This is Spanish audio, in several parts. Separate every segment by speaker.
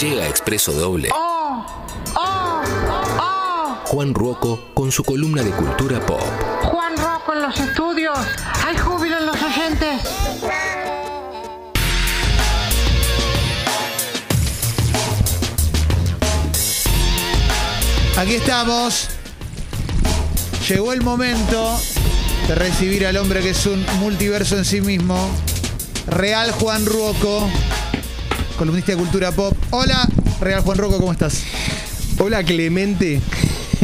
Speaker 1: Llega Expreso Doble.
Speaker 2: Oh, oh, oh.
Speaker 1: Juan Ruoco con su columna de cultura pop.
Speaker 2: Juan Rocco en los estudios. Hay júbilo en los agentes.
Speaker 3: Aquí estamos. Llegó el momento de recibir al hombre que es un multiverso en sí mismo. Real Juan Ruoco, columnista de Cultura Pop. Hola, Real Juan Ruoco, ¿cómo estás?
Speaker 4: Hola Clemente.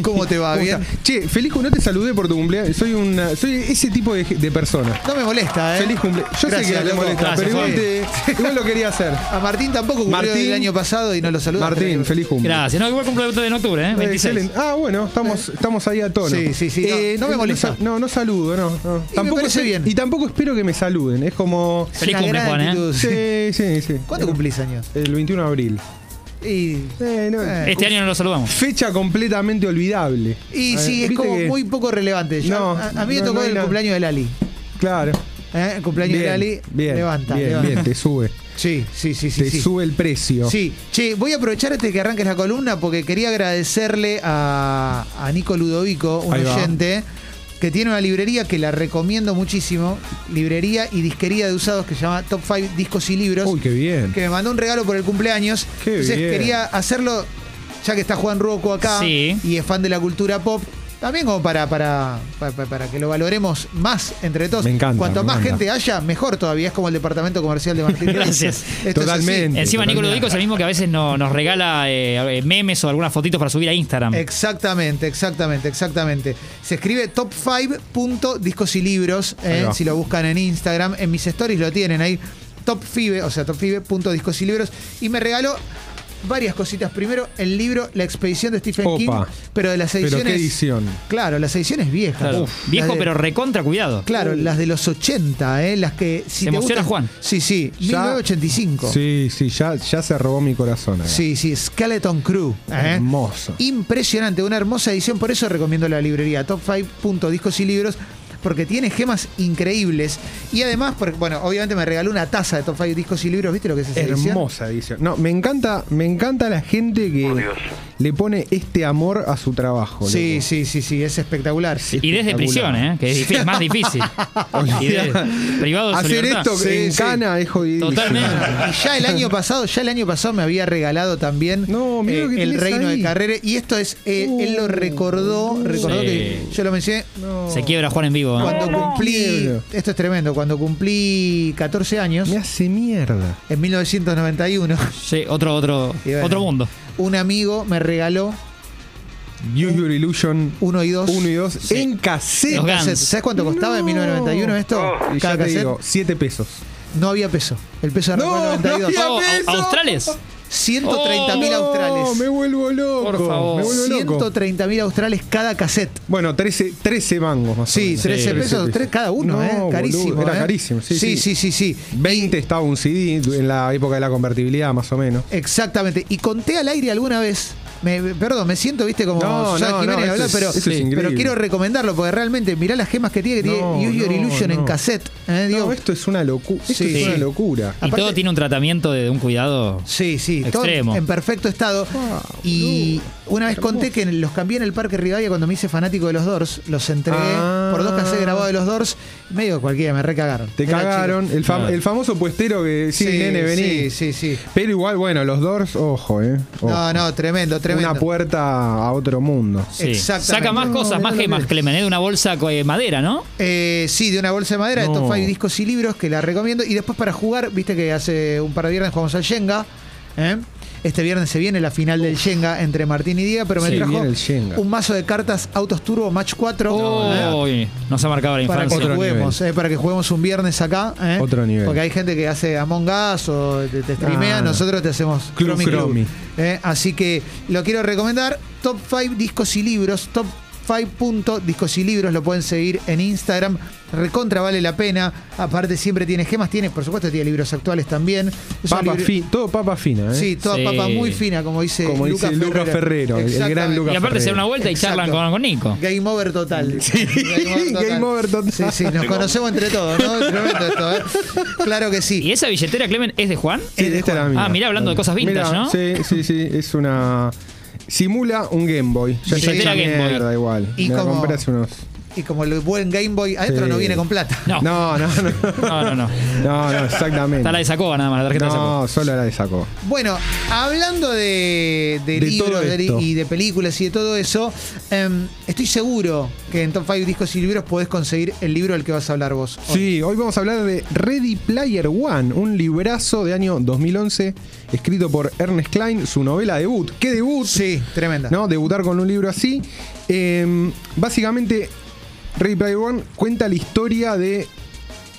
Speaker 3: ¿Cómo te va?
Speaker 4: ¿Cómo
Speaker 3: ¿Bien?
Speaker 4: estás? Che, feliz cum- no te saludé por tu cumpleaños. Soy una, soy ese tipo de, de persona.
Speaker 3: No me molesta, ¿eh?
Speaker 4: Feliz cumpleaños. Yo
Speaker 3: Gracias,
Speaker 4: sé que te
Speaker 3: loco.
Speaker 4: molesta,
Speaker 3: Gracias,
Speaker 4: pero igual,
Speaker 3: Juan.
Speaker 4: te- igual lo quería hacer.
Speaker 3: A Martín tampoco cumplió
Speaker 4: Martín.
Speaker 3: el año pasado y no lo saludó.
Speaker 4: Martín, feliz cumpleaños.
Speaker 5: Gracias. No, igual cumple usted en octubre, ¿eh? 26.
Speaker 4: Excelente. Ah, bueno, estamos, estamos ahí a tono.
Speaker 3: Eh. Sí, sí, sí, no, no me
Speaker 4: sa-
Speaker 3: molesta.
Speaker 4: No, no saludo, no. no.
Speaker 3: me parece
Speaker 4: espe-
Speaker 3: bien.
Speaker 4: Y tampoco espero que me saluden. Es como.
Speaker 3: Es
Speaker 5: Feliz
Speaker 3: una
Speaker 5: cumple,
Speaker 3: gran
Speaker 5: Juan, ¿eh?
Speaker 3: actitud.
Speaker 4: Sí, sí, sí.
Speaker 3: ¿Cuándo cumplís años?
Speaker 4: El 21 de abril.
Speaker 3: Y,
Speaker 4: Eh, no,
Speaker 3: Eh.
Speaker 5: Este año no lo saludamos.
Speaker 4: Fecha completamente olvidable.
Speaker 3: y
Speaker 4: Eh,
Speaker 3: sí, es
Speaker 4: viste
Speaker 3: como
Speaker 4: que-
Speaker 3: muy poco relevante. Yo-
Speaker 4: No,
Speaker 3: a, a mí me
Speaker 4: no,
Speaker 3: tocó
Speaker 4: no hay
Speaker 3: el
Speaker 4: nada.
Speaker 3: cumpleaños de Lali.
Speaker 4: Claro.
Speaker 3: ¿Eh? El cumpleaños de Lali.
Speaker 4: bien,
Speaker 3: levanta,
Speaker 4: bien,
Speaker 3: levanta.
Speaker 4: bien, te sube.
Speaker 3: Sí, sí, sí, sí.
Speaker 4: te
Speaker 3: sí.
Speaker 4: sube el precio.
Speaker 3: Sí, che, voy a aprovechar antes que arranques la columna porque quería agradecerle a, a Nico Ludovico, un
Speaker 4: Ahí va.
Speaker 3: oyente, que tiene una librería que la recomiendo muchísimo, librería y disquería de usados que se llama Top 5 Discos y Libros,
Speaker 4: Uy, qué bien.
Speaker 3: que me mandó un regalo por el cumpleaños.
Speaker 4: Qué
Speaker 3: Entonces
Speaker 4: bien.
Speaker 3: quería hacerlo, ya que está Juan Ruoco acá
Speaker 5: Sí.
Speaker 3: y es fan de la cultura pop. También como para, para, para, para que lo valoremos más entre todos.
Speaker 4: Me encanta,
Speaker 3: Cuanto
Speaker 4: me
Speaker 3: más
Speaker 4: encanta.
Speaker 3: gente haya, mejor todavía. Es como el departamento comercial de Martín. Gras.
Speaker 5: Gracias.
Speaker 3: Esto es así.
Speaker 4: Totalmente.
Speaker 5: Encima
Speaker 4: totalmente.
Speaker 5: Nico Ludovico es el mismo que a veces no- nos regala eh, memes o algunas fotitos para subir a Instagram.
Speaker 3: Exactamente, exactamente, exactamente. Se escribe top5.discos y libros, eh,
Speaker 4: Ahí va.
Speaker 3: si lo buscan en Instagram, en mis stories lo tienen ahí, topfibe, o sea, topfibe.discos y libros, y me regaló varias cositas. Primero, el libro La expedición de Stephen
Speaker 4: Opa.
Speaker 3: King, pero de las
Speaker 4: Pero
Speaker 3: ediciones...
Speaker 4: qué edición.
Speaker 3: Claro, las ediciones viejas.
Speaker 5: Claro.
Speaker 3: Las
Speaker 5: Viejo
Speaker 3: de-
Speaker 5: pero recontra cuidado.
Speaker 3: Claro, las de los 80, eh, las que... Si
Speaker 5: Se
Speaker 3: te
Speaker 5: emociona
Speaker 3: gustan-
Speaker 5: Juan.
Speaker 3: Sí, sí,
Speaker 4: Ya-
Speaker 3: 1985.
Speaker 4: Sí, sí, ya, ya se robó mi corazón. acá.
Speaker 3: Sí, sí, Skeleton Crew. ¿eh?
Speaker 4: Hermoso.
Speaker 3: Impresionante, una hermosa edición. Por eso recomiendo la librería Top 5.discos y libros. Porque tiene gemas increíbles. Y además, porque, bueno, obviamente me regaló una taza de Top 5 discos y libros. ¿Viste lo que es esa edición?
Speaker 4: Hermosa edición. No, me encanta, me encanta la gente que le pone este amor a su trabajo.
Speaker 3: Sí,
Speaker 4: loco.
Speaker 3: sí, sí, sí, es espectacular.
Speaker 5: Y desde
Speaker 4: espectacular.
Speaker 5: prisión, ¿eh? Que es difícil- más difícil. Y de- privado de su
Speaker 4: Hacer
Speaker 5: libertad.
Speaker 4: esto en
Speaker 3: Sí,
Speaker 4: cana es jodidísimo.
Speaker 5: Totalmente.
Speaker 3: Y ya el año pasado, ya el año pasado me había regalado también eh,
Speaker 4: No, mirá lo que
Speaker 3: el
Speaker 4: tenés
Speaker 3: reino
Speaker 4: ahí.
Speaker 3: de Carrere. Y esto es, eh, él lo
Speaker 4: Uh,
Speaker 3: recordó, recordó
Speaker 5: Sí.
Speaker 3: que yo lo mencioné.
Speaker 5: Se quiebra Juan en vivo. ¿eh?
Speaker 3: Cuando
Speaker 4: no,
Speaker 3: cumplí,
Speaker 4: quiebro.
Speaker 3: esto es tremendo, cuando cumplí 14 años,
Speaker 4: Me hace mierda.
Speaker 3: en 1991,
Speaker 5: Sí, otro, otro,
Speaker 3: Y bueno.
Speaker 5: otro mundo.
Speaker 3: un amigo me regaló
Speaker 4: Use Your Illusion
Speaker 3: uno y dos.
Speaker 4: 1 y 2 en cassette.
Speaker 5: Los
Speaker 3: Cassette.
Speaker 5: Guns.
Speaker 3: ¿Sabes cuánto costaba en
Speaker 4: No.
Speaker 3: 1991 esto?
Speaker 4: Y
Speaker 3: Cada
Speaker 4: ya te
Speaker 3: cassette.
Speaker 4: digo, 7 pesos.
Speaker 3: No había peso. El peso arrancó
Speaker 4: No,
Speaker 3: en 92.
Speaker 4: no había-
Speaker 5: Oh,
Speaker 4: pesos!
Speaker 5: au- ¿Australes?
Speaker 3: 130 mil
Speaker 5: Oh,
Speaker 4: No,
Speaker 3: australes.
Speaker 4: me vuelvo loco.
Speaker 5: Por favor.
Speaker 4: Me vuelvo loco.
Speaker 3: 130 mil australes cada cassette.
Speaker 4: Bueno, 13, 13 mangos más
Speaker 3: Sí,
Speaker 4: o menos.
Speaker 3: 13
Speaker 5: Sí,
Speaker 3: pesos,
Speaker 4: 13
Speaker 3: tres cada uno,
Speaker 4: No,
Speaker 3: ¿eh?
Speaker 4: boludo,
Speaker 3: Carísimo.
Speaker 4: era
Speaker 3: ¿eh?
Speaker 4: carísimo, sí,
Speaker 3: sí, sí,
Speaker 4: sí.
Speaker 3: sí. sí.
Speaker 4: 20 estaba un CD en la época de la convertibilidad, más o menos.
Speaker 3: Exactamente. Y conté al aire alguna vez. Me- me- perdón, me siento, viste, como
Speaker 4: No,
Speaker 3: Susana
Speaker 4: no,
Speaker 3: Jiménez
Speaker 4: no, eso
Speaker 3: hablar,
Speaker 4: es-
Speaker 3: pero,
Speaker 4: eso es increíble.
Speaker 3: pero quiero recomendarlo porque realmente mirá las gemas que tiene, que
Speaker 4: No,
Speaker 3: tiene Use Your
Speaker 4: no,
Speaker 3: Illusion en
Speaker 4: no.
Speaker 3: cassette. ¿eh? Digo,
Speaker 4: No, esto es una locura. Esto
Speaker 3: Sí.
Speaker 4: es una
Speaker 5: Sí.
Speaker 4: locura.
Speaker 5: Y
Speaker 3: Aparte-
Speaker 5: todo tiene un tratamiento de un cuidado.
Speaker 3: Sí, sí,
Speaker 5: Extremo.
Speaker 3: todo en perfecto estado. y una vez conté que los cambié en el Parque Rivadavia cuando me hice fanático de los Doors. Los entregué
Speaker 4: Ah.
Speaker 3: por dos cassettes grabados de los Doors. Medio cualquiera, me recagaron.
Speaker 4: Te
Speaker 3: Era
Speaker 4: cagaron.
Speaker 3: chico.
Speaker 4: El, fam-
Speaker 5: Ah.
Speaker 4: el famoso puestero que. Sí,
Speaker 3: Sí,
Speaker 4: nene,
Speaker 3: Sí,
Speaker 4: vení.
Speaker 3: sí, sí.
Speaker 4: Pero igual, bueno, los Doors, ojo, ¿eh? Ojo.
Speaker 3: No, no, tremendo, tremendo.
Speaker 4: Una puerta a otro mundo.
Speaker 5: Sí.
Speaker 3: Exactamente.
Speaker 5: Saca más
Speaker 3: No,
Speaker 5: cosas,
Speaker 4: mirá
Speaker 5: más
Speaker 4: lo que
Speaker 5: gemas,
Speaker 4: es.
Speaker 5: Clemen, ¿eh? de una bolsa co- de madera, ¿no?
Speaker 3: Eh, sí, de una bolsa de madera, de
Speaker 4: No.
Speaker 3: top 5 discos y libros que la recomiendo. Y después para jugar, viste que hace un par de viernes jugamos al Shenga. ¿eh? Este viernes se viene la final del Shenga entre Martín y Diego, pero me
Speaker 4: Sí,
Speaker 3: trajo
Speaker 4: viene el Oh, Shenga.
Speaker 3: un mazo de cartas Autos Turbo Match 4. ¿eh?
Speaker 5: Uy, nos ha marcado la
Speaker 3: Para que,
Speaker 5: infancia.
Speaker 4: Otro
Speaker 3: juguemos, eh, para que juguemos un viernes acá. ¿eh?
Speaker 4: Otro nivel.
Speaker 3: Porque hay gente que hace Among Us o te, te streamea,
Speaker 4: Ah.
Speaker 3: nosotros te hacemos
Speaker 4: Club
Speaker 3: Cromi Club,
Speaker 4: Cromi.
Speaker 3: ¿eh? Así que lo quiero recomendar. Top 5 discos y libros, top Discos y libros, lo pueden seguir en Instagram. Recontra vale la pena. Aparte, siempre tiene gemas, tiene, por supuesto, tiene libros actuales también. Es un
Speaker 4: Papa
Speaker 3: libro-
Speaker 4: fi- todo papa fina, ¿eh?
Speaker 3: Sí, toda
Speaker 5: Sí.
Speaker 3: papa muy fina, como dice
Speaker 4: Como
Speaker 3: Lucas
Speaker 4: dice Luca Ferrero, el- el gran
Speaker 3: Exactamente.
Speaker 4: Luca
Speaker 5: Y aparte se da una vuelta
Speaker 3: Exacto.
Speaker 5: y charlan con, con Nico.
Speaker 3: Game over total.
Speaker 4: Sí, Game over total.
Speaker 3: Sí, sí, nos conocemos entre todos, ¿no? Es Tremendo esto, ¿eh? Claro que sí.
Speaker 5: ¿Y esa billetera, Clemen, es de Juan?
Speaker 4: Sí, esta era la mía.
Speaker 5: Ah, mirá, hablando de cosas vintage,
Speaker 4: Mirá,
Speaker 5: ¿no?
Speaker 4: Sí, sí, sí. Es una. Simula un Game Boy. Ya
Speaker 5: Sí.
Speaker 4: está hecha
Speaker 5: Era Game Boy.
Speaker 4: mierda igual.
Speaker 3: Y
Speaker 4: La
Speaker 3: como-
Speaker 4: compré hace unos.
Speaker 3: Y como el buen Game Boy adentro
Speaker 4: Sí.
Speaker 3: no viene con plata.
Speaker 5: No. No,
Speaker 4: No, no, no.
Speaker 5: no, no.
Speaker 4: No, no, exactamente.
Speaker 5: Está la de Sacoba nada más, la tarjeta de Sacoba.
Speaker 4: No, solo la de saco.
Speaker 3: Bueno, hablando de, de
Speaker 4: De
Speaker 3: libros
Speaker 4: todo
Speaker 3: de li-
Speaker 4: esto.
Speaker 3: y de películas y de todo eso, em, estoy seguro que en Top 5 Discos y Libros podés conseguir el libro del que vas a hablar vos. hoy.
Speaker 4: Sí, hoy vamos a hablar de Ready Player One, un librazo de año 2011, escrito por Ernest Klein, su novela debut. ¿Qué debut?
Speaker 3: Sí, tremenda.
Speaker 4: ¿no? Debutar con un libro así. Eh, básicamente, Ready Player One cuenta la historia de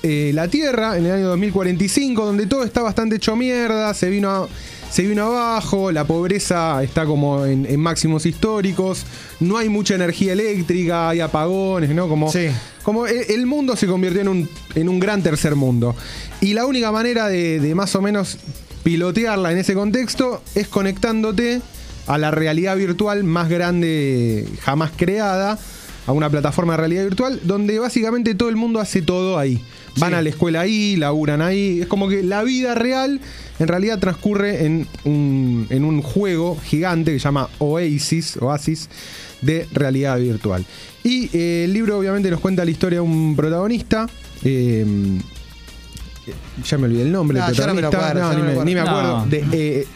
Speaker 4: eh, la Tierra en el año 2045, donde todo está bastante hecho mierda, se vino, a- se vino abajo, la pobreza está como en, en máximos históricos, no hay mucha energía eléctrica, hay apagones, ¿no? Como,
Speaker 3: Sí.
Speaker 4: como e, el, el mundo se convirtió en un, en un gran tercer mundo. Y la única manera de, de más o menos pilotearla en ese contexto es conectándote a la realidad virtual más grande jamás creada, a una plataforma de realidad virtual, donde básicamente todo el mundo hace todo ahí. Van a la escuela ahí, laburan ahí. Es como que la vida real en realidad transcurre en un, en un juego gigante que se llama Oasis, Oasis de realidad virtual. Y eh, el libro obviamente nos cuenta la historia de un protagonista. eh, ya me olvidé el nombre.
Speaker 3: No,
Speaker 4: del
Speaker 3: yo no me lo
Speaker 4: protagonista.
Speaker 3: acuerdo, yo
Speaker 4: ni,
Speaker 3: no me
Speaker 4: me,
Speaker 3: lo
Speaker 4: ni me
Speaker 5: acuerdo.
Speaker 4: acuerdo. De- eh,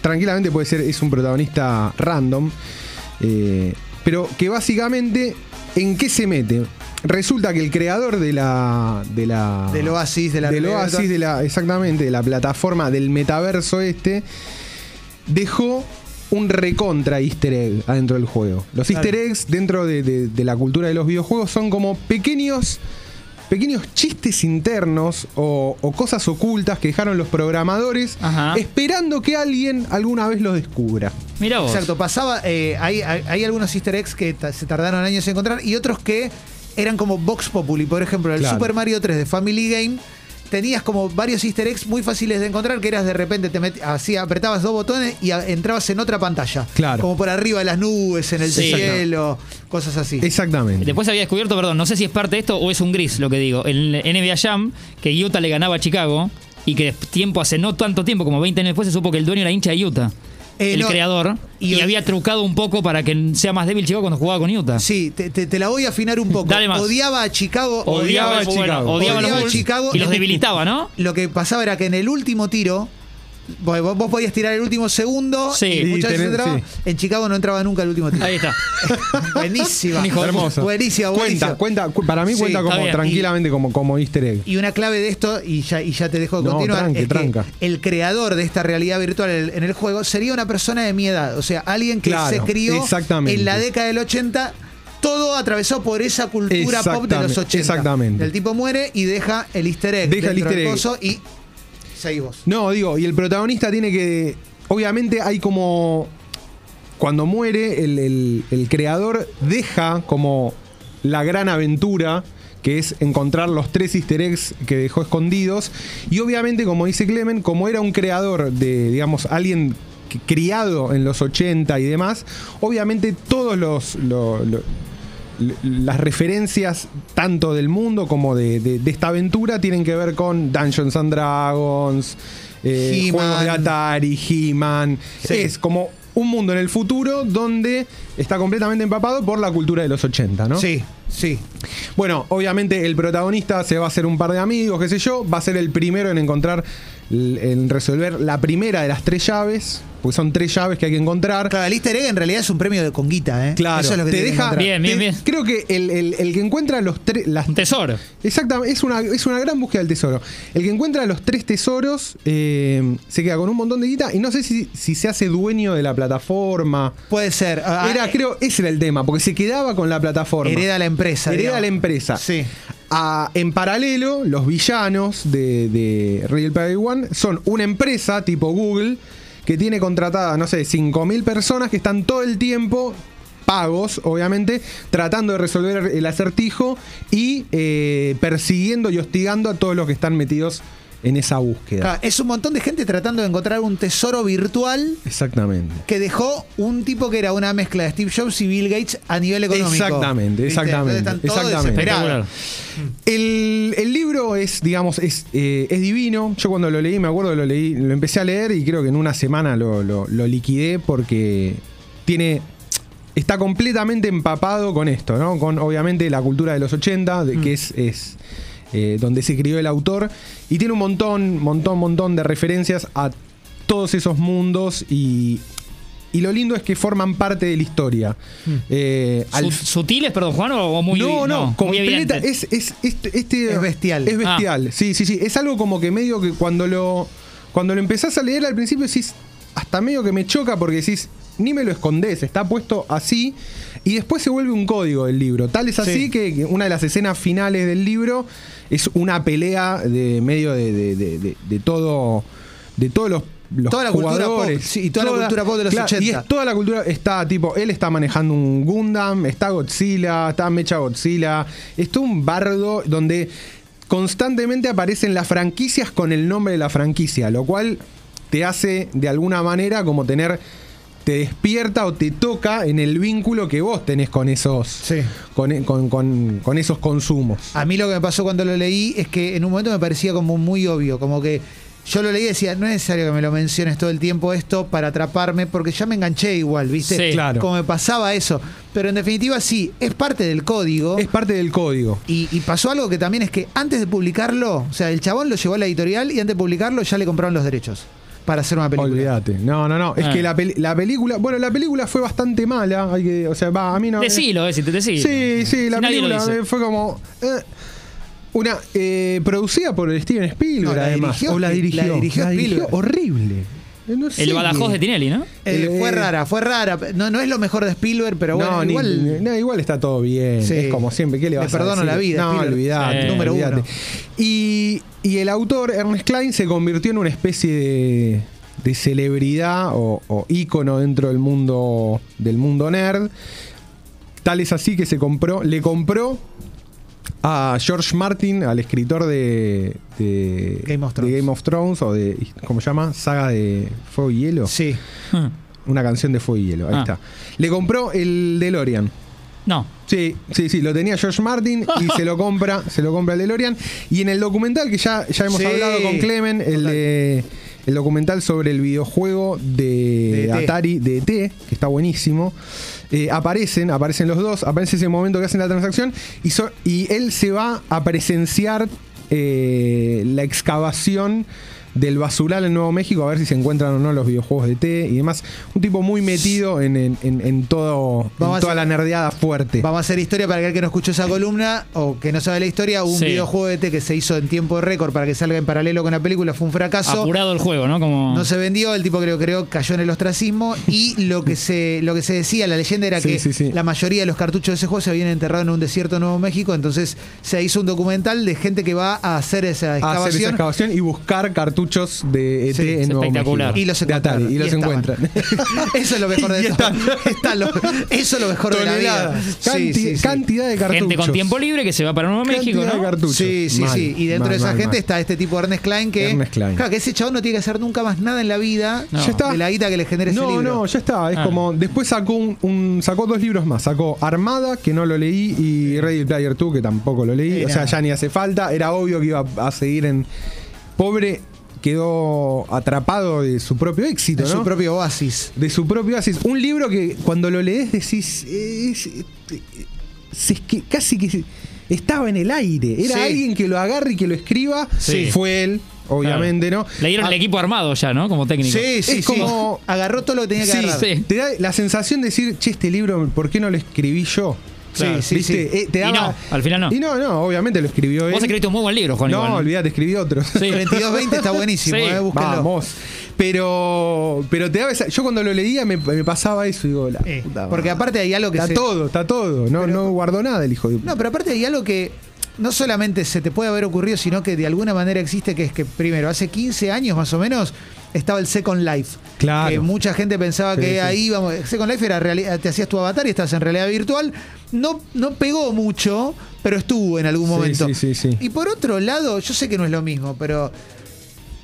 Speaker 4: tranquilamente puede ser, es un protagonista random. eh, pero que básicamente, ¿en qué se mete? Resulta que el creador de la. De la
Speaker 3: Del Oasis, de la
Speaker 4: del
Speaker 3: realidad
Speaker 4: Oasis, de la, exactamente, de la plataforma del metaverso este, dejó un recontra easter egg adentro del juego. Los
Speaker 3: Claro.
Speaker 4: easter eggs dentro de, de- de la cultura de los videojuegos son como pequeños, pequeños chistes internos o, o cosas ocultas que dejaron los programadores
Speaker 5: Ajá.
Speaker 4: esperando que alguien alguna vez los descubra.
Speaker 5: Mirá vos.
Speaker 3: Exacto, pasaba, eh, hay, hay- hay algunos easter eggs que ta- se tardaron años en encontrar y otros que eran como Vox Populi, por ejemplo, el
Speaker 4: Claro.
Speaker 3: Super Mario 3 de Family Game. Tenías como varios easter eggs muy fáciles de encontrar, que eras de repente, te met- así apretabas dos botones y a- entrabas en otra pantalla.
Speaker 4: Claro.
Speaker 3: Como por arriba de las nubes, en el
Speaker 5: Sí.
Speaker 3: cielo, cosas así.
Speaker 4: Exactamente.
Speaker 5: Después había descubierto, perdón, no sé si es parte de esto o es un gris lo que digo. En el NBA Jam, que Utah le ganaba a Chicago y que des- tiempo hace no tanto tiempo, como 20 años después, se supo que el dueño era hincha de Utah.
Speaker 3: Eh,
Speaker 5: el
Speaker 3: no,
Speaker 5: creador.
Speaker 3: y-
Speaker 5: Y, había trucado un poco para que sea más débil Chicago cuando jugaba con Utah.
Speaker 3: Sí, te, te- te la voy a afinar un poco.
Speaker 5: Dale más.
Speaker 3: Odiaba a Chicago.
Speaker 4: Odiaba a Chicago.
Speaker 5: odiaba a los
Speaker 3: Odiaba a
Speaker 5: Bulls
Speaker 3: Chicago.
Speaker 5: y los debilitaba, ¿no?
Speaker 3: Lo que pasaba era que en el último tiro, vos, vos- vos podías tirar el último segundo
Speaker 5: Sí.
Speaker 3: y muchas
Speaker 4: Y
Speaker 3: veces
Speaker 4: tenés-
Speaker 3: entraba.
Speaker 4: sí.
Speaker 3: En Chicago no entraba nunca el último tiro.
Speaker 5: Ahí está.
Speaker 3: buenísima.
Speaker 5: Un hijo de
Speaker 4: Hermoso.
Speaker 3: Buenísima, buenísima.
Speaker 4: Cuenta, cuenta, cu- para mí
Speaker 3: Sí,
Speaker 4: cuenta
Speaker 5: está
Speaker 4: como
Speaker 5: bien.
Speaker 4: tranquilamente como, como easter egg.
Speaker 3: Y una clave de esto, y ya, y ya te dejo
Speaker 4: No,
Speaker 3: continuar,
Speaker 4: tranqui,
Speaker 3: es que
Speaker 4: tranca.
Speaker 3: el creador de esta realidad virtual en el, en el juego sería una persona de mi edad, o sea, alguien que
Speaker 4: Claro,
Speaker 3: se crió
Speaker 4: exactamente.
Speaker 3: en la década del 80, todo atravesado por esa cultura pop de los
Speaker 4: Exactamente,
Speaker 3: 80.
Speaker 4: exactamente.
Speaker 3: El tipo muere y deja el easter egg.
Speaker 4: Deja el
Speaker 3: dentro
Speaker 4: easter
Speaker 3: del
Speaker 4: egg.
Speaker 3: coso Y seguimos.
Speaker 4: No, digo, y el protagonista tiene que. Obviamente hay como. Cuando muere, el, el- el creador deja como la gran aventura, que es encontrar los tres easter eggs que dejó escondidos. Y obviamente, como dice Clemen, como era un creador de, digamos, alguien que- criado en los 80 y demás, obviamente todos los- lo- lo- l- las referencias tanto del mundo como de, de- de esta aventura tienen que ver con Dungeons and Dragons, eh,
Speaker 3: He-Man.
Speaker 4: juegos de Atari, He-Man.
Speaker 3: Sí.
Speaker 4: Es como un mundo en el futuro donde está completamente empapado por la cultura de los 80, ¿no?
Speaker 3: Sí, sí.
Speaker 4: Bueno, obviamente el protagonista se va a hacer un par de amigos, qué sé yo, va a ser el primero en encontrar, l- en resolver la primera de las tres llaves, porque son tres llaves que hay que encontrar.
Speaker 3: Claro, el easter egg en realidad es un premio de conguita, ¿eh?
Speaker 4: Claro,
Speaker 3: Eso es lo que
Speaker 4: te
Speaker 3: tiene que
Speaker 4: deja.
Speaker 3: encontrar.
Speaker 5: Bien, bien,
Speaker 4: te-
Speaker 5: bien.
Speaker 4: Creo que el, el- el que encuentra los tres. las-
Speaker 5: Un tesoro.
Speaker 4: Exactamente, es una, es una gran búsqueda del tesoro. El que encuentra los tres tesoros eh, se queda con un montón de guita y no sé si, si se hace dueño de la plataforma.
Speaker 3: Puede ser. Ah,
Speaker 4: Era,
Speaker 3: eh,
Speaker 4: creo, ese era el tema, porque se quedaba con la plataforma.
Speaker 3: hereda la empresa.
Speaker 4: Hereda
Speaker 3: digamos.
Speaker 4: la empresa.
Speaker 3: Sí.
Speaker 4: Ah, en paralelo, los villanos de, de Real Player One son una empresa tipo Google que tiene contratada, no sé, 5.000 personas que están todo el tiempo pagos, obviamente, tratando de resolver el acertijo y eh, persiguiendo y hostigando a todos los que están metidos en esa búsqueda.
Speaker 3: Claro, es un montón de gente tratando de encontrar un tesoro virtual
Speaker 4: Exactamente.
Speaker 3: que dejó un tipo que era una mezcla de Steve Jobs y Bill Gates a nivel económico.
Speaker 4: Exactamente,
Speaker 3: ¿Viste?
Speaker 4: exactamente,
Speaker 3: Entonces Están todos
Speaker 4: exactamente.
Speaker 3: desesperados.
Speaker 4: El, el libro es, digamos, es, eh, es divino. Yo cuando lo leí, me acuerdo, lo leí, lo empecé a leer y creo que en una semana lo, lo- lo liquidé porque tiene. Está completamente empapado con esto, ¿no? Con obviamente la cultura de los 80, de, que es, es eh, donde se crió el autor. Y tiene un montón, montón, montón de referencias a todos esos mundos y. y lo lindo es que forman parte de la historia. Eh, al-
Speaker 5: Sut- ¿Sutiles, perdón, Juan, o o muy
Speaker 4: no, no,
Speaker 5: muy
Speaker 4: completa.
Speaker 5: evidente? Ah.
Speaker 4: Es, es, este, este-
Speaker 3: Es bestial.
Speaker 4: Es bestial. Sí, sí, sí. Es algo como que medio que cuando lo. Cuando lo empezás a leer al principio decís. Hasta medio que me choca porque decís. Ni me lo escondés, está puesto así. Y después se vuelve un código del libro. Tal es así
Speaker 3: Sí.
Speaker 4: que que una de las escenas finales del libro es una pelea de medio de, de- de- de- de todo. De todos los. los
Speaker 3: Toda la cultura pop,
Speaker 4: jugadores.
Speaker 3: sí, y toda la cultura pop de los
Speaker 4: claro, Y es
Speaker 3: 80.
Speaker 4: toda la cultura está tipo, él está manejando un Gundam, está Godzilla, está Mecha Godzilla, está un bardo donde constantemente aparecen las franquicias con el nombre de la franquicia, lo cual te hace de alguna manera como tener te despierta o te toca en el vínculo que vos tenés con esos
Speaker 3: Sí.
Speaker 4: con, con- con- con esos consumos.
Speaker 3: A mí lo que me pasó cuando lo leí es que en un momento me parecía como muy obvio, como que yo lo leí y decía, no es necesario que me lo menciones todo el tiempo esto para atraparme, porque ya me enganché igual, ¿viste?
Speaker 5: Sí.
Speaker 4: Claro.
Speaker 3: Como me pasaba eso. Pero en definitiva sí, es parte del código.
Speaker 4: Es parte del código.
Speaker 3: Y, y pasó algo que también es que antes de publicarlo, o sea, el chabón lo llevó a la editorial y antes de publicarlo ya le compraron los derechos para hacer una película.
Speaker 4: Olvídate. No, no, no. Es
Speaker 5: Ah.
Speaker 4: que la, peli- la película. Bueno, la película fue bastante mala. Hay que, o sea, va, a mí no.
Speaker 5: Decilo, eh, si te decilo.
Speaker 4: Sí, sí, la
Speaker 5: Si nadie lo
Speaker 4: película
Speaker 5: dice.
Speaker 4: eh, fue como. eh, una eh, producida por Steven Spielberg,
Speaker 3: No, la
Speaker 4: además.
Speaker 3: dirigió
Speaker 4: o la
Speaker 3: Spi-
Speaker 4: dirigió.
Speaker 3: la dirigió Spielberg.
Speaker 4: horrible. No sé
Speaker 5: El Badajoz
Speaker 4: qué-
Speaker 5: de Tinelli, ¿no?
Speaker 3: Eh, fue
Speaker 4: Eh,
Speaker 3: rara, fue rara. No, no es lo mejor de Spielberg, pero bueno,
Speaker 4: no, ni-
Speaker 3: igual.
Speaker 4: ni- no, igual está todo bien.
Speaker 3: Sí.
Speaker 4: Es como siempre. ¿Qué le
Speaker 3: Le
Speaker 4: vas a
Speaker 3: perdono
Speaker 4: decir?
Speaker 3: la vida,
Speaker 4: No,
Speaker 3: Spielberg.
Speaker 4: olvidate,
Speaker 5: Sí.
Speaker 4: número
Speaker 3: Número uno.
Speaker 4: olvidate. Y, y el autor, Ernest Klein, se convirtió en una especie de, de celebridad o, o ícono dentro del mundo, del mundo nerd. Tal es así que se compró, le compró a George Martin, al escritor de, de-
Speaker 3: Game of
Speaker 4: de
Speaker 3: Thrones.
Speaker 4: Game of Thrones, o de, ¿cómo se llama? Saga de Fuego y Hielo.
Speaker 3: Sí.
Speaker 5: Ah,
Speaker 4: Una canción de Fuego y Hielo, ahí
Speaker 5: Ah.
Speaker 4: está. Le compró el DeLorean.
Speaker 5: No.
Speaker 4: Sí, sí, sí, lo tenía George Martin y se lo compra, se lo compra el DeLorean. Y en el documental que ya, ya hemos
Speaker 3: Sí.
Speaker 4: hablado con Clemen, el de- el documental sobre el videojuego de,
Speaker 3: De E ET.
Speaker 4: Atari de ET, que está buenísimo. eh, aparecen, aparecen los dos, aparece ese momento que hacen la transacción y, so- y él se va a presenciar eh, la excavación del basural en Nuevo México a ver si se encuentran o no los videojuegos de E T y demás. Un tipo muy metido en, en- en- en todo, en
Speaker 3: Vamos a
Speaker 4: toda
Speaker 3: hacer-
Speaker 4: la nerdeada fuerte.
Speaker 3: Vamos a hacer historia para aquel que no escuchó esa columna o que no sabe la historia. Un
Speaker 5: Sí.
Speaker 3: videojuego de E T que se hizo en tiempo récord para que salga en paralelo con la película fue un fracaso.
Speaker 5: Apurado el juego, ¿no? Como.
Speaker 3: No se vendió, el tipo creo creo cayó en el ostracismo y lo que se lo que se decía, la leyenda era
Speaker 4: Sí,
Speaker 3: que
Speaker 4: sí, sí.
Speaker 3: la mayoría de los cartuchos de ese juego se habían enterrado en un desierto de Nuevo México, entonces se hizo un documental de gente que va a hacer esa
Speaker 4: a hacer esa
Speaker 3: excavación.
Speaker 4: excavación y buscar cartuchos de ET
Speaker 3: Sí,
Speaker 4: en Nuevo
Speaker 5: espectacular.
Speaker 4: México.
Speaker 3: y los
Speaker 4: de Atari,
Speaker 3: encuentran.
Speaker 4: y los
Speaker 3: estaban.
Speaker 4: encuentran.
Speaker 3: eso es lo mejor de
Speaker 4: Y
Speaker 3: todo. Está lo- eso es lo mejor de la vida.
Speaker 4: Toneladas.
Speaker 3: Sí,
Speaker 4: Canti-
Speaker 3: sí, sí.
Speaker 4: Cantidad de cartuchos.
Speaker 5: Gente con tiempo libre que se va para Nuevo México,
Speaker 4: Cantidad de
Speaker 5: ¿no?
Speaker 4: cartuchos.
Speaker 3: Sí, sí,
Speaker 4: Mal,
Speaker 3: sí. Y dentro
Speaker 4: mal,
Speaker 3: de esa
Speaker 4: mal,
Speaker 3: gente
Speaker 4: mal.
Speaker 3: está este tipo Ernest Klein que.
Speaker 4: Ernest Klein.
Speaker 3: Claro, que ese chabón no tiene que hacer nunca más nada en la vida
Speaker 5: No.
Speaker 4: Ya está.
Speaker 3: de la guita que le genere ese
Speaker 4: No,
Speaker 3: libro.
Speaker 4: no, ya está. Es
Speaker 5: Ah.
Speaker 4: como. Después sacó un, un- sacó dos libros más. Sacó Armada, que no lo leí, y Ready Player 2, que tampoco lo leí.
Speaker 3: Era-
Speaker 4: O sea, ya ni hace falta. Era obvio que iba a seguir en. Pobre quedó atrapado de su propio éxito,
Speaker 3: de
Speaker 4: ¿no?
Speaker 3: su propio oasis.
Speaker 4: de su propio Asis. Un libro que cuando lo lees decís. eh, Es, eh, es que casi que se- estaba en el aire. Era
Speaker 3: Sí.
Speaker 4: alguien que lo agarre y que lo escriba.
Speaker 5: Sí.
Speaker 4: Fue él, obviamente,
Speaker 5: Claro.
Speaker 4: ¿no?
Speaker 5: Le dieron el
Speaker 4: Ah,
Speaker 5: equipo armado ya, ¿no? Como técnico.
Speaker 3: Sí, sí,
Speaker 4: Es
Speaker 3: sí.
Speaker 4: como-
Speaker 3: Agarró todo lo que tenía que
Speaker 4: sí,
Speaker 3: agarrar.
Speaker 5: sí.
Speaker 4: Te da la sensación de decir, che, este libro, ¿por qué no lo escribí yo?
Speaker 5: Claro.
Speaker 3: sí,
Speaker 4: ¿Viste?
Speaker 3: sí.
Speaker 4: Eh, te
Speaker 5: Y
Speaker 4: daba-
Speaker 5: no, al final no.
Speaker 4: Y no, no, obviamente lo escribió él.
Speaker 5: Vos escribiste un muy buen libro, Juan.
Speaker 4: no,
Speaker 5: igual,
Speaker 4: olvidate, escribí otro.
Speaker 5: Sí.
Speaker 3: 22-20 está buenísimo,
Speaker 5: Sí.
Speaker 3: eh, búsquenlo.
Speaker 4: Vamos. Pero, pero te daba esa- yo cuando lo leía me, me pasaba eso, digo, la
Speaker 3: Eh,
Speaker 4: puta
Speaker 3: porque
Speaker 4: madre.
Speaker 3: aparte hay algo que
Speaker 4: Está
Speaker 3: se-
Speaker 4: todo, está todo. No, no guardó nada el hijo de.
Speaker 3: No, pero aparte hay algo que no solamente se te puede haber ocurrido, sino que de alguna manera existe, que es que primero, hace 15 años más o menos, estaba el Second Life.
Speaker 4: Claro.
Speaker 3: Que mucha gente pensaba
Speaker 4: Sí,
Speaker 3: que
Speaker 4: sí.
Speaker 3: ahí íbamos. Second Life era reali- te hacías tu avatar y estás en realidad virtual. No, no pegó mucho, pero estuvo en algún
Speaker 4: Sí,
Speaker 3: momento.
Speaker 4: sí, sí, sí.
Speaker 3: Y por otro lado, yo sé que no es lo mismo, pero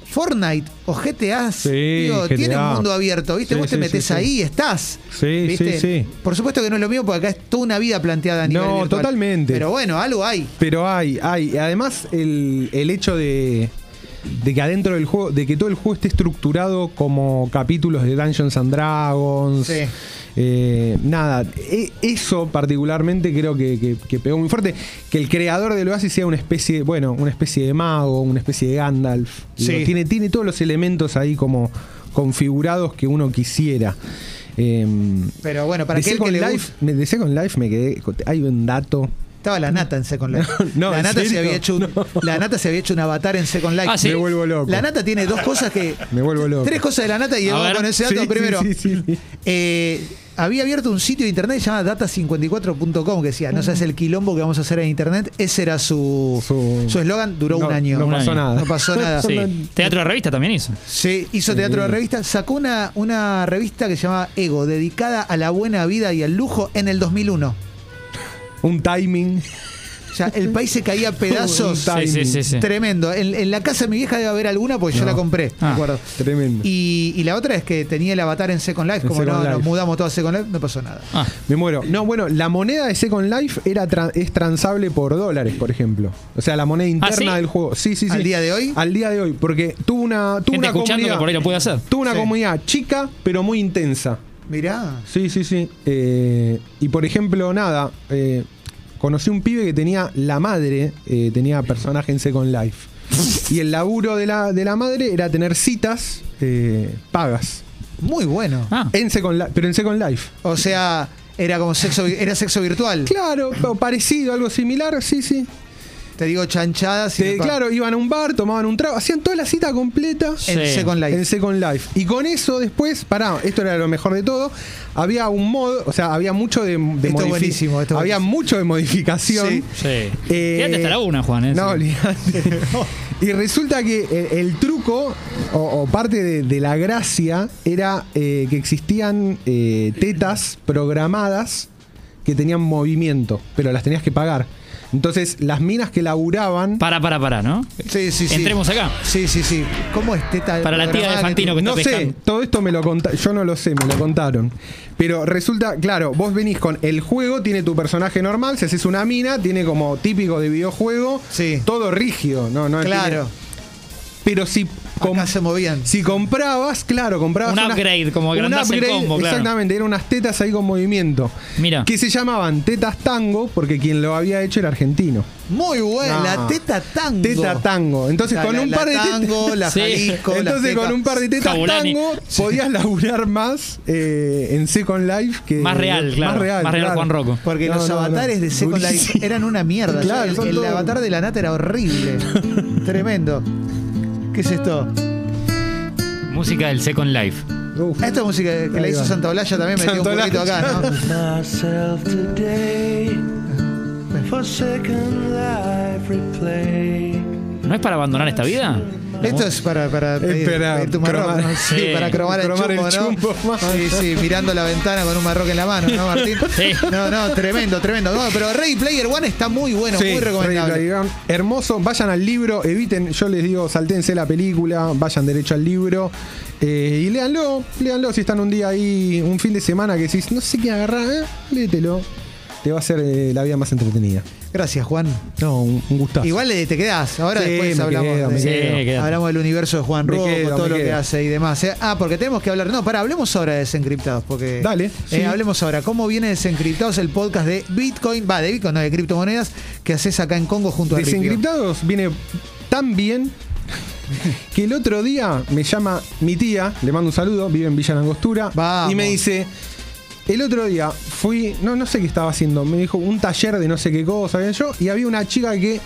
Speaker 3: Fortnite o GTA,
Speaker 4: Sí,
Speaker 3: digo,
Speaker 4: GTA.
Speaker 3: tiene un mundo abierto, ¿viste?
Speaker 4: Sí,
Speaker 3: Vos te
Speaker 4: sí,
Speaker 3: metes
Speaker 4: sí, sí.
Speaker 3: ahí y estás.
Speaker 4: Sí,
Speaker 3: ¿viste?
Speaker 4: sí, sí.
Speaker 3: Por supuesto que no es lo mismo porque acá es toda una vida planteada a nivel
Speaker 4: No,
Speaker 3: virtual.
Speaker 4: totalmente.
Speaker 3: Pero bueno, algo hay.
Speaker 4: Pero hay, hay. Y Además, el, el hecho de, de que adentro del juego, de que todo el juego esté estructurado como capítulos de Dungeons and Dragons.
Speaker 3: Sí.
Speaker 4: Eh, nada, e- eso particularmente creo que, que- que pegó muy fuerte. Que el creador del Oasis sea una especie, bueno, una especie de mago, una especie de Gandalf.
Speaker 3: Sí.
Speaker 4: Digo, tiene, tiene todos los elementos ahí como configurados que uno quisiera. Em,
Speaker 3: Pero bueno, para
Speaker 4: de
Speaker 3: aquel que
Speaker 4: Second
Speaker 3: le
Speaker 4: Life,
Speaker 3: gusta-
Speaker 4: me- de Second Life me quedé. Hay un dato.
Speaker 3: Estaba la nata en Second Life.
Speaker 4: No,
Speaker 3: la,
Speaker 4: ¿en
Speaker 3: nata se
Speaker 4: serio?
Speaker 3: había hecho un,
Speaker 4: No.
Speaker 3: la nata se había hecho un avatar en Second Life.
Speaker 5: Ah, sí.
Speaker 4: Me vuelvo loco.
Speaker 3: La nata tiene dos cosas que.
Speaker 4: Me vuelvo loco.
Speaker 3: Tres cosas de la nata y
Speaker 5: A
Speaker 3: vamos
Speaker 5: ver.
Speaker 3: con ese dato
Speaker 4: Sí, sí,
Speaker 3: primero.
Speaker 4: sí, sí, sí.
Speaker 3: Eh, había abierto un sitio de internet llamado data54.com que decía, no sabes el quilombo que vamos a hacer en internet. Ese era su
Speaker 4: Su-
Speaker 3: su eslogan, duró
Speaker 4: No,
Speaker 3: un año.
Speaker 4: No
Speaker 5: Un
Speaker 4: pasó
Speaker 5: año.
Speaker 4: nada.
Speaker 3: No pasó nada.
Speaker 5: Sí. Teatro de revista también hizo.
Speaker 3: Sí, hizo teatro de revista, sacó una, una revista que se llamaba Ego, dedicada a la buena vida y al lujo en el 2001.
Speaker 4: Un timing.
Speaker 3: O sea, el país se caía a
Speaker 4: Ah,
Speaker 3: pedazos.
Speaker 4: Un
Speaker 5: Sí, sí, sí, sí.
Speaker 3: Tremendo. En, en la casa de mi vieja debe haber alguna porque yo
Speaker 4: No.
Speaker 3: la compré,
Speaker 5: Ah.
Speaker 3: me acuerdo.
Speaker 4: Tremendo.
Speaker 3: Y, y la otra es que tenía el avatar en Second Life,
Speaker 4: En
Speaker 3: como
Speaker 4: Second
Speaker 3: no, nos
Speaker 4: Life.
Speaker 3: mudamos todos a Second Life, no pasó nada.
Speaker 5: Ah,
Speaker 4: Me muero. No, bueno, la moneda de Second Life era tra- es transable por dólares, por ejemplo. O sea, la moneda interna
Speaker 5: ¿Ah, ¿sí?
Speaker 4: del juego. Sí, sí, sí.
Speaker 3: ¿Al día de hoy?
Speaker 4: Al día de hoy. Porque tuvo una, tuvo
Speaker 5: gente
Speaker 4: una
Speaker 5: escuchando
Speaker 4: comunidad.
Speaker 5: que por ahí lo puede hacer.
Speaker 4: Tuvo una
Speaker 3: Sí.
Speaker 4: comunidad chica, pero muy intensa.
Speaker 3: Mirá.
Speaker 4: Sí, sí, sí. Eh, y por ejemplo, nada, eh, conocí un pibe que tenía la madre, eh, tenía personaje en Second Life. Y el laburo de la, de la madre era tener citas eh, pagas.
Speaker 3: Muy bueno.
Speaker 5: Ah.
Speaker 4: En Second Life, pero en Second Life.
Speaker 3: O sea, era como sexo, vi- era sexo virtual.
Speaker 4: Claro, o parecido, algo similar, sí, sí.
Speaker 3: Te digo chanchadas y
Speaker 4: Te-
Speaker 3: me pa-
Speaker 4: claro, iban a un bar, tomaban un trago, hacían toda la cita completa.
Speaker 3: en
Speaker 5: Sí.
Speaker 3: Second Life.
Speaker 4: En Second Life. Y con eso después, pará, esto era lo mejor de todo, había un mod, o sea, había mucho de, de
Speaker 3: es
Speaker 4: modifi-
Speaker 3: buenísimo, esto es
Speaker 4: había
Speaker 3: buenísimo.
Speaker 4: mucho de modificación.
Speaker 3: Sí.
Speaker 5: Sí.
Speaker 4: Eh,
Speaker 5: Quédate hasta la una, Juan. eh,
Speaker 4: No,
Speaker 5: sí.
Speaker 4: olvidate. Y resulta que el, el truco, o, o parte de, de la gracia, era eh, que existían eh, tetas programadas que tenían movimiento, pero las tenías que pagar. Entonces, las minas que laburaban.
Speaker 5: Para, para, para, ¿no?
Speaker 3: Sí, sí, sí.
Speaker 5: Entremos acá.
Speaker 3: Sí, sí, sí. ¿Cómo es teta?
Speaker 5: Para la tía de
Speaker 3: programada que-
Speaker 5: Fantino que
Speaker 4: No
Speaker 5: está
Speaker 4: sé,
Speaker 5: pescando.
Speaker 4: todo esto me lo contaron, yo no lo sé, me lo contaron. Pero resulta, claro, vos venís con el juego, tiene tu personaje normal, si haces una mina, tiene como típico de videojuego,
Speaker 3: Sí.
Speaker 4: todo rígido, no, no tiene-
Speaker 3: Claro.
Speaker 4: Pero si, com-
Speaker 3: Acá se movían.
Speaker 4: si comprabas, claro, comprabas.
Speaker 5: Un
Speaker 4: unas-
Speaker 5: upgrade, como agrandás el combo, claro.
Speaker 4: Exactamente, eran unas tetas ahí con movimiento.
Speaker 5: Mira.
Speaker 4: Que se llamaban tetas tango, porque quien lo había hecho era argentino.
Speaker 3: Muy buena,
Speaker 4: No.
Speaker 3: la teta tango.
Speaker 4: Teta tango. Entonces,
Speaker 3: La-
Speaker 4: con
Speaker 3: la-
Speaker 4: un par de
Speaker 3: la
Speaker 4: tetas-
Speaker 3: tango, la
Speaker 5: Sí.
Speaker 3: Jalisco, la
Speaker 4: Entonces,
Speaker 3: teta-
Speaker 4: con un par de tetas
Speaker 5: Cabulani.
Speaker 4: tango, podías laburar más eh, en Second Life que.
Speaker 5: Más real, claro.
Speaker 4: Más real,
Speaker 5: Más real,
Speaker 4: claro.
Speaker 5: Juan Rocco.
Speaker 3: Porque
Speaker 4: No,
Speaker 3: los
Speaker 4: no, no.
Speaker 3: avatares de Second
Speaker 4: Durísimo.
Speaker 3: Life eran una mierda.
Speaker 4: Claro,
Speaker 3: El-
Speaker 4: son
Speaker 3: el,
Speaker 4: todo-
Speaker 3: avatar de la nata era horrible. Tremendo. ¿Qué es esto?
Speaker 5: Música del Second Life.
Speaker 4: Uf.
Speaker 3: Esta música que la
Speaker 4: Ahí
Speaker 3: hizo
Speaker 4: va.
Speaker 3: Santa Olalla también metió un
Speaker 4: Santolalla.
Speaker 3: poquito acá, ¿no?
Speaker 6: myself today for Second Life replay.
Speaker 5: ¿No es para abandonar esta vida?
Speaker 3: Esto es para, para pedir-
Speaker 4: Espera,
Speaker 3: pedir tu marroc,
Speaker 4: cromar.
Speaker 3: ¿no? Sí,
Speaker 5: Sí.
Speaker 3: para cromar,
Speaker 4: Cromar
Speaker 3: el
Speaker 4: el
Speaker 3: chumbo, ¿no?
Speaker 4: chumbo, man.
Speaker 3: sí, sí, mirando la ventana con un marroque en la mano, ¿no, Martín?
Speaker 5: Sí.
Speaker 3: No, no, tremendo, tremendo. No, pero Rey Player One está muy bueno,
Speaker 4: Sí,
Speaker 3: muy recomendable.
Speaker 4: Ready Player One. Hermoso, vayan al libro, eviten, yo les digo, saltense la película, vayan derecho al libro eh, y léanlo, léanlo si están un día ahí, un fin de semana que decís, no sé qué agarrar, eh, léetelo. Te va a hacer eh, la vida más entretenida.
Speaker 3: Gracias, Juan.
Speaker 4: No, un, un gustazo.
Speaker 3: Igual eh, te quedás, ahora
Speaker 4: Sí,
Speaker 3: después
Speaker 4: me
Speaker 3: hablamos.
Speaker 4: quedo, me
Speaker 3: de-
Speaker 5: Sí,
Speaker 4: quedo.
Speaker 5: quédate.
Speaker 3: Hablamos del universo de Juan
Speaker 4: Me
Speaker 3: Roco,
Speaker 4: quedo,
Speaker 3: todo
Speaker 4: me
Speaker 3: lo que
Speaker 4: quedo.
Speaker 3: hace y demás. ¿eh? Ah, porque tenemos que hablar. No, para, hablemos ahora de desencriptados. Porque,
Speaker 4: Dale,
Speaker 3: eh,
Speaker 4: sí.
Speaker 3: Hablemos ahora. ¿Cómo viene desencriptados el podcast de Bitcoin? Va, de Bitcoin, no, de criptomonedas que haces acá en Congo junto a Ripio?
Speaker 4: Desencriptados viene tan bien que el otro día me llama mi tía, le mando un saludo, vive en Villa Langostura,
Speaker 3: Vamos.
Speaker 4: y me dice, el otro día fui, no, no sé qué estaba haciendo, me dijo un taller de no sé qué cosa, qué sé yo, y había una chica que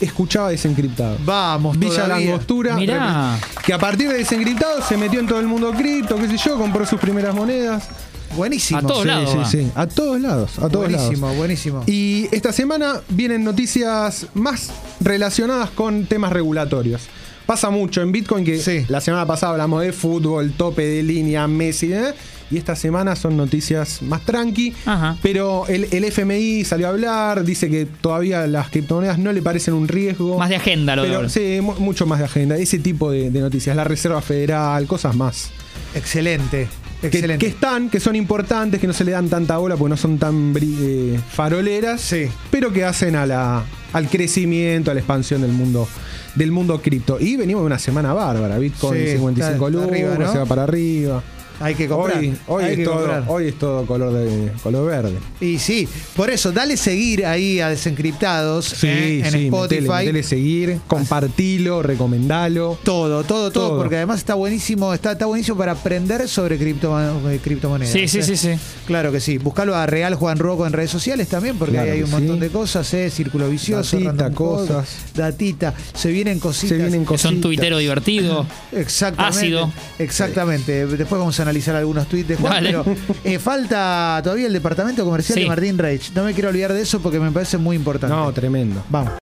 Speaker 4: escuchaba desencriptados.
Speaker 3: Vamos,
Speaker 4: Villa
Speaker 3: todavía.
Speaker 4: Langostura,
Speaker 5: Mirá.
Speaker 4: que a partir de desencriptados se metió en todo el mundo cripto, qué sé yo, compró sus primeras monedas.
Speaker 3: Buenísimo.
Speaker 5: A todos
Speaker 4: Sí,
Speaker 5: lados,
Speaker 4: sí,
Speaker 5: va.
Speaker 4: sí, a todos lados, a todos lados.
Speaker 3: buenísimo, buenísimo.
Speaker 4: Y esta semana vienen noticias más relacionadas con temas regulatorios. Pasa mucho en Bitcoin que
Speaker 3: Sí.
Speaker 4: la semana pasada hablamos de fútbol, tope de línea, Messi, ¿eh? y esta semana son noticias más tranqui.
Speaker 5: Ajá.
Speaker 4: Pero el, el FMI salió a hablar, dice que todavía las criptomonedas no le parecen un riesgo.
Speaker 5: Más de agenda lo de
Speaker 4: Pero,
Speaker 5: ahora.
Speaker 4: sí, mu- mucho más de agenda. Ese tipo de, de noticias. La Reserva Federal, cosas más.
Speaker 3: Excelente.
Speaker 4: Que-
Speaker 3: Excelente.
Speaker 4: Que, están, que son importantes, que no se le dan tanta bola porque no son tan bri- eh, faroleras.
Speaker 3: Sí.
Speaker 4: Pero que hacen a la, al crecimiento, a la expansión del mundo del mundo cripto. Y venimos de una semana bárbara. Bitcoin
Speaker 3: Sí,
Speaker 4: 55
Speaker 3: está- está
Speaker 4: lucas,
Speaker 3: arriba, ¿no?
Speaker 4: se va para arriba.
Speaker 3: Hay que comprar.
Speaker 4: Hoy, hoy,
Speaker 3: hay
Speaker 4: es
Speaker 3: que
Speaker 4: todo,
Speaker 3: comprar.
Speaker 4: hoy es todo color, de, color verde.
Speaker 3: Y sí, por eso, dale seguir ahí a Desencriptados eh, en Spotify.
Speaker 4: metele, metele seguir, compartilo, recomendalo.
Speaker 3: Todo, todo, todo,
Speaker 4: Todo.
Speaker 3: porque además está buenísimo, está, está buenísimo para aprender sobre criptoma- eh, criptomonedas.
Speaker 5: Sí, sí,
Speaker 3: ¿eh?
Speaker 5: sí, sí.
Speaker 3: Claro que sí. Buscalo a Real Juan Roco en redes sociales también, porque
Speaker 4: Claro
Speaker 3: ahí hay
Speaker 4: que
Speaker 3: un montón
Speaker 4: sí.
Speaker 3: de cosas, ¿eh? Círculo vicioso,
Speaker 4: Datita,
Speaker 3: random code,
Speaker 4: cosas.
Speaker 3: Datita. Se vienen cositas.
Speaker 4: Se vienen
Speaker 5: Que
Speaker 4: cositas.
Speaker 5: son tuitero divertido.
Speaker 3: Exactamente.
Speaker 5: Ácido.
Speaker 3: Exactamente. Después vamos a analizar algunos tweets de Juan,
Speaker 5: Dale.
Speaker 3: pero eh, falta todavía el departamento comercial
Speaker 5: Sí.
Speaker 3: de Martín Reich. No me quiero olvidar de eso porque me parece muy importante.
Speaker 4: No, tremendo.
Speaker 3: Vamos.